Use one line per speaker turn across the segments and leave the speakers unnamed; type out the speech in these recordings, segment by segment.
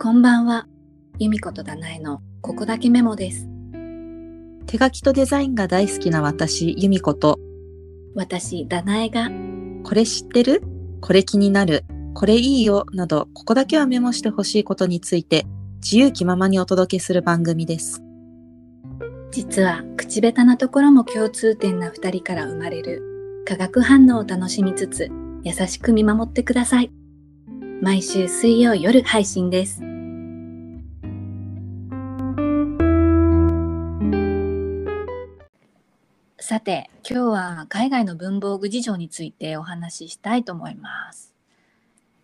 こんばんは。由美子とダナエのここだけメモです。
手書きとデザインが大好きな私、由美子と、
私、ダナエが
これ知ってるこれ気になるこれいいよなど、ここだけはメモしてほしいことについて、自由気ままにお届けする番組です。
実は口下手なところも共通点な2人から生まれる化学反応を楽しみつつ優しく見守ってください。毎週水曜夜配信です。さて今日は海外の文房具事情についてお話ししたいと思います。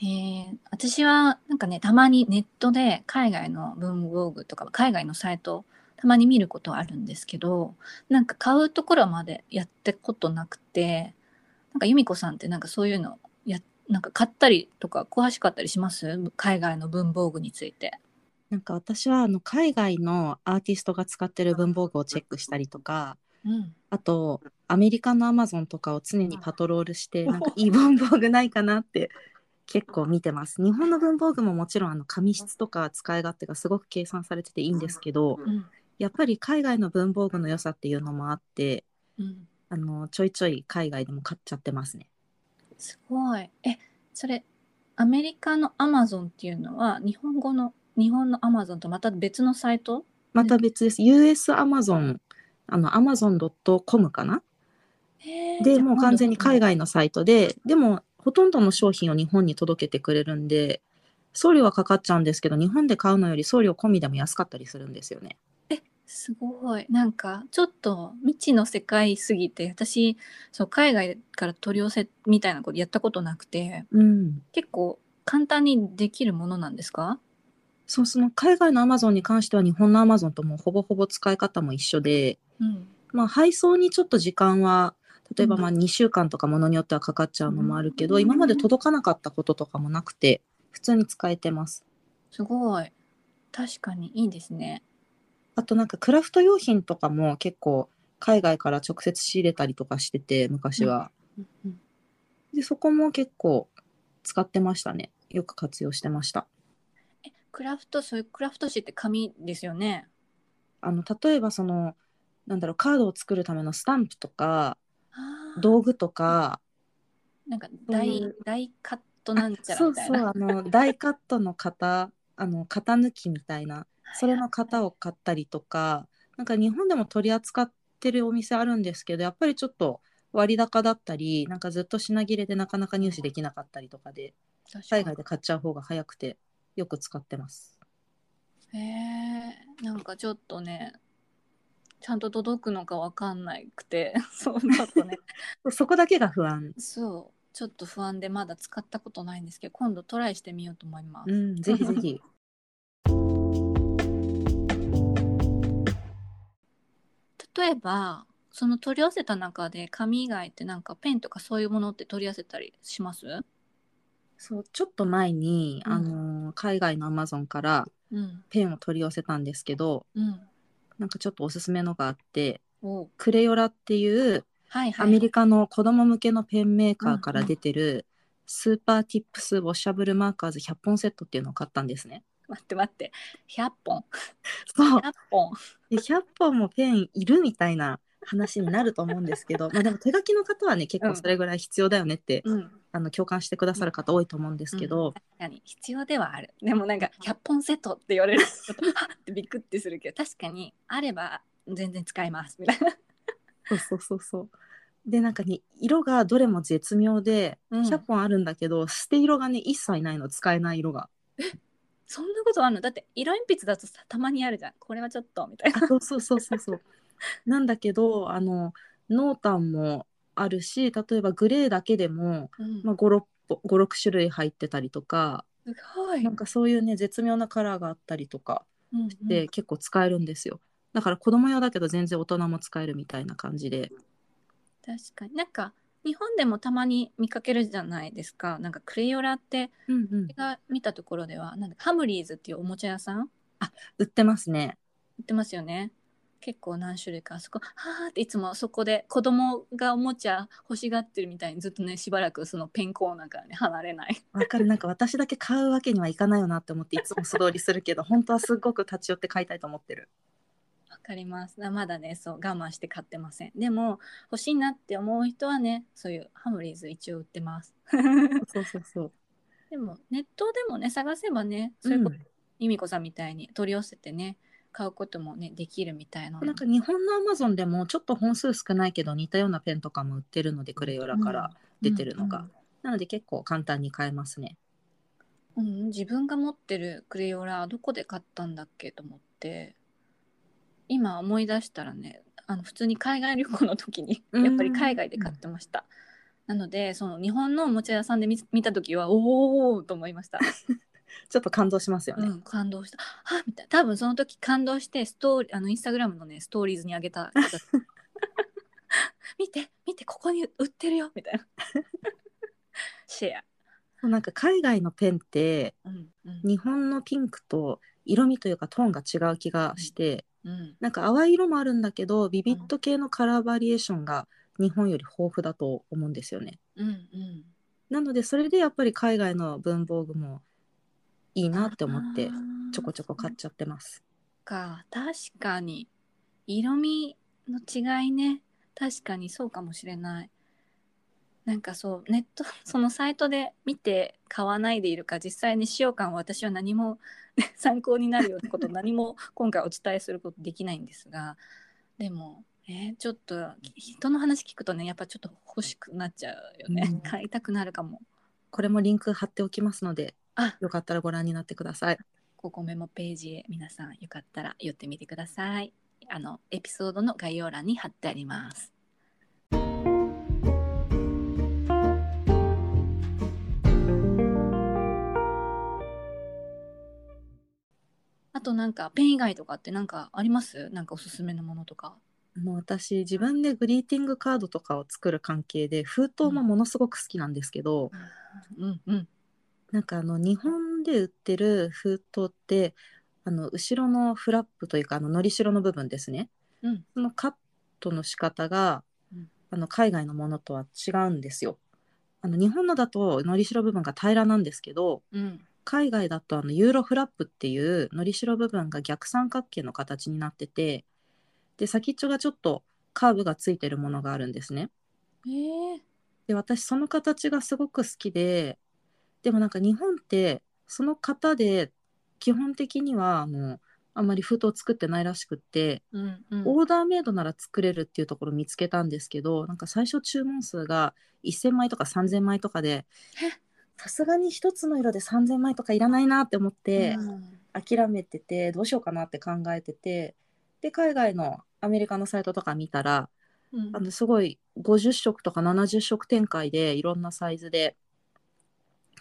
えー私はなんかねたまにネットで海外の文房具とか海外のサイトをたまに見ることはあるんですけどなんか買うところまでやってことなくてなんか由美子さんってなんかそういうのやなんか買ったりとか詳しかったりします海外の文房具について。
なんか私は、あの、海外のアーティストが使ってる文房具をチェックしたりとか、
うん、
あと、アメリカのアマゾンとかを常にパトロール して、なんかいい文房具ないかなって結構見てます。日本の文房具ももちろん、あの、紙質とか使い勝手がすごく計算されてていいんですけど、
うん
やっぱり海外の文房具の良さっていうのもあって、
うん、
あの、ちょいちょい海外でも買っちゃってますね。
すごいえそれアメリカのアマゾンっていうのは日本語の日本のアマゾンとまた別のサイト
また別です。US Amazon、あの、amazon.com かな
えーじ
で、
ゃあ
もう
今度
完全に海外のサイトで、でも、ほとんどの商品を日本に届けてくれるんで、送料はかかっちゃうんですけど、日本で買うのより送料込みでも安かったりするんですよね。
すごいなんかちょっと未知の世界すぎて私そう海外から取り寄せみたいなことやったことなくて
うん。
結構簡単にできるものなんですか
そう、その海外の Amazon に関しては日本の Amazon ともうほぼほぼ使い方も一緒で、
うん
まあ、配送にちょっと時間は例えば
うん
まあ2週間とかものによってはかかっちゃうのもあるけど、
うん
今まで届かなかったこととかもなくて普通に使えてます
すごい確かにいいですね
あとなんかクラフト用品とかも結構海外から直接仕入れたりとかしてて昔は、
うん
でそこも結構使ってましたねよく活用してました
えクラフトそういうクラフト紙って紙ですよね
あの例えばそのなんだろうカードを作るためのスタンプとか
あー
道具とか
なんか
そう
大
いう
大カット
あ
なんちゃら
そう
みたい
そう
な
あの大カットの型 あの型抜きみたいなそれの型を買ったりとか、なんか日本でも取り扱ってるお店あるんですけど、やっぱりちょっと割高だったり、なんかずっと品切れでなかなか入手できなかったりとかで、
確か
海
に
外で買っちゃう方が早くて、よく使ってます。
へえなんかちょっとねちゃんと届くのかわかんなくて そうちょっとね
そこだけが不安。
そうちょっと不安でまだ使ったことないんですけど今度トライしてみようと思います、
うん、ぜひぜひ。
例えばその取り寄せた中で紙以外ってなんかペンとかそういうものって取り寄せたりします
そう、ちょっと前に、
うん
あの、海外の Amazon から
うん
ペンを取り寄せたんですけど、
うん
なんかちょっとおすすめのがあって、
お
クレヨラっていう
はいは
ア
い
メリカの子供向けのペンメーカーから出てるスーパーティップスウォッシャブルマーカーズ100本セットっていうのを買ったんですね。
待って待って100本
そう
100本
で100本もペンいるみたいな話になると思うんですけ ど、まあでも手書きの方はね結構それぐらい必要だよねって、
うん
あの共感してくださる方多いと思うんですけど、
確かに必要ではあるでもなんか100本セットって言われると はっってびっくってするけど確かにあれば全然使いますみたいな
そうそうそうそう。でなんかね色がどれも絶妙で
うん
100本あるんだけど、捨て色がね一切ないの使えない色が。
そんなことあるのだって色鉛筆だとさたまにあるじゃんこれはちょっとみたいな
あそうそうそうそうそう。なんだけどあの濃淡もあるし例えばグレーだけでも、まあ、56, 本56種類入ってたりとか
すごい
なんかそういうね絶妙なカラーがあったりとか
うんうん
で結構使えるんですよ。だから子供用だけど全然大人も使えるみたいな感じで。
確かになんか日本でもたまに見かけるじゃないですかなんかクレヨラって
うんうん
私、が見たところではなんだハムリーズっていうおもちゃ屋さん
売ってますね。
売ってますよね結構何種類かあそこ「はあ」っていつもそこで子供がおもちゃ欲しがってるみたいにずっとねしばらくそのペンコーナーからね離れない
わかるなんか私だけ買うわけにはいかないよなって思っていつも素通りするけど本当はすごく立ち寄って買いたいと思ってる
わかりますなまだねそう我慢して買ってませんでも欲しいなって思う人はねそういうハムリーズ一応売ってます
そうそうそう
でもネットでもね探せばねそういうこと、由美子さんみたいに取り寄せてね買うこともねできるみたいな
なんか日本のアマゾンでもちょっと本数少ないけど似たようなペンとかも売ってるのでクレヨラから出てるのが、なので結構簡単に買えますね
うん、うん自分が持ってるクレヨラどこで買ったんだっけと思って今思い出したらねあの普通に海外旅行の時に
うん
やっぱり海外で買ってました、なのでその日本のおもちゃ屋さんで見見た時はおおと思いました
ちょっと感動しますよね、
うん、感動した。あみたいな。多分その時感動して、ストーリー、あの、インスタグラムのね、ストーリーズに上げた人 たち。見て、見て、ここに売ってるよみたいな。 シェア。
なんか海外のペンって
うん、うん、
日本のピンクと色味というかトーンが違う気がして、
うん。
なんか淡い色もあるんだけどビビット系のカラーバリエーションが日本より豊富だと思うんですよね。
うん、うん。
なのでそれでやっぱり海外の文房具もいいなって思ってちょこちょこ買っ
っ
ちゃってます。
か。確かに。色味の違いね。確かにそうかもしれない。なんかそうネット そのサイトで見て買わないでいるか実際に使用感は私は何も 参考になるようなこと何も今回お伝えすることできないんですがでも、えーちょっと人の話聞くとねやっぱちょっと欲しくなっちゃうよね、
うん
買いたくなるかも
これもリンク貼っておきますので
あ
よかったらご覧になってください。
ここメモページへ皆さんよかったら寄ってみてくださいあのエピソードの概要欄に貼ってありますあとなんかペン以外とかってなんかありますなんかおすすめのものとか
もう私自分でグリーティングカードとかを作る関係で封筒もものすごく好きなんですけど、
うんうん
なんかあの日本で売ってる封筒ってあの後ろのフラップというかあののりしろの部分ですね、
うん
そのカットの仕方が、
うん
あの海外のものとは違うんですよ。あの日本のだとのりしろ部分が平らなんですけど
うん
海外だとあのユーロフラップっていうのりしろ部分が逆三角形の形になっててで先っちょがちょっとカーブがついてるものがあるんですね。
ええ
で私その形がすごく好きででもなんか日本ってその型で基本的にはあのあんまり封筒作ってないらしくって、
うんうん
オーダーメイドなら作れるっていうところ見つけたんですけどなんか最初注文数が1,000枚とか3,000枚とかで
え
さすがに1つの色で3,000枚とかいらないなって思って
うん
諦めててどうしようかなって考えててで海外のアメリカのサイトとか見たら
うん
あのすごい50色とか70色展開でいろんなサイズで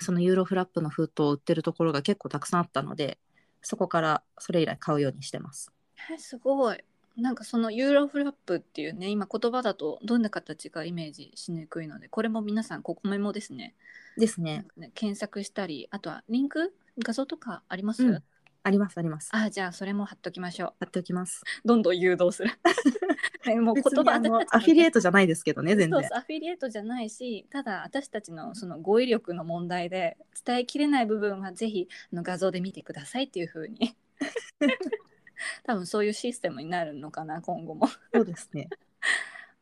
そのユーロフラップの封筒を売ってるところが結構たくさんあったのでそこからそれ以来買うようにしてます。
えすごいなんかそのユーロフラップっていうね今言葉だとどんな形かイメージしにくいのでこれも皆さんここメモですね
です
なん
ね。
かね検索したりあとはリンク画像とかあります、
うんありますあります。
あじゃあそれも貼っときましょ
買っておきます。
うどんどん誘導 するねもう言
別に
葉
あの
私たちの
アフィリエイトじゃないですけどね全
そう
然
そうアフィリエイトじゃないしただ私たちのその語彙力の問題で伝えきれない部分はぜひあの画像で見てくださいっていう風 に多分そういうシステムになるのかな今後も
そうですね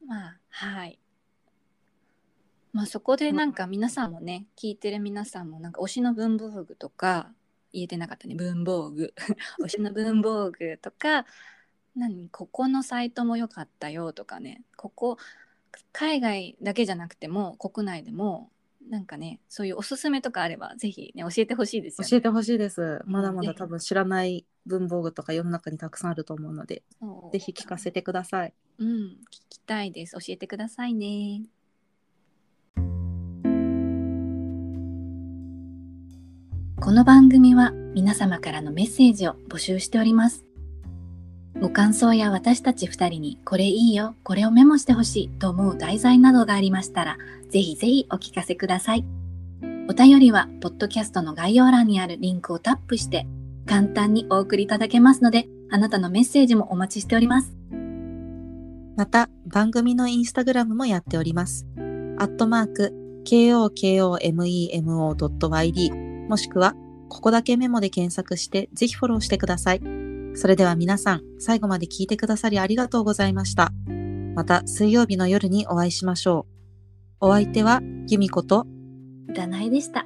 まあはい。まあそこでなんか皆さんもね、聞いてる皆さんもなんか推しの文房具とか言えてなかったね文房具 推しの文房具とか何ここのサイトも良かったよとかねここ海外だけじゃなくても国内でもなんかねそういうおすすめとかあればぜひね教えてほしいですよね。
教えてほしいですまだま
ぜ
だ
ひ
多分知らない文房具とか世の中にたくさんあると思うので
そう
ぜひ聞かせてください
うん、聞きたいです。教えてくださいね。この番組は皆様からのメッセージを募集しております。ご感想や私たち2人にこれいいよ、これをメモしてほしいと思う題材などがありましたら、ぜひぜひお聞かせください。お便りは、ポッドキャストの概要欄にあるリンクをタップして、簡単にお送りいただけますので、あなたのメッセージもお待ちしております。
また番組のインスタグラムもやっております。アットマーク KOKOMEMO.YD もしくはここだけメモで検索してぜひフォローしてください。それでは皆さん最後まで聞いてくださりありがとうございました。また水曜日の夜にお会いしましょう。お相手は由美子と
占いでした。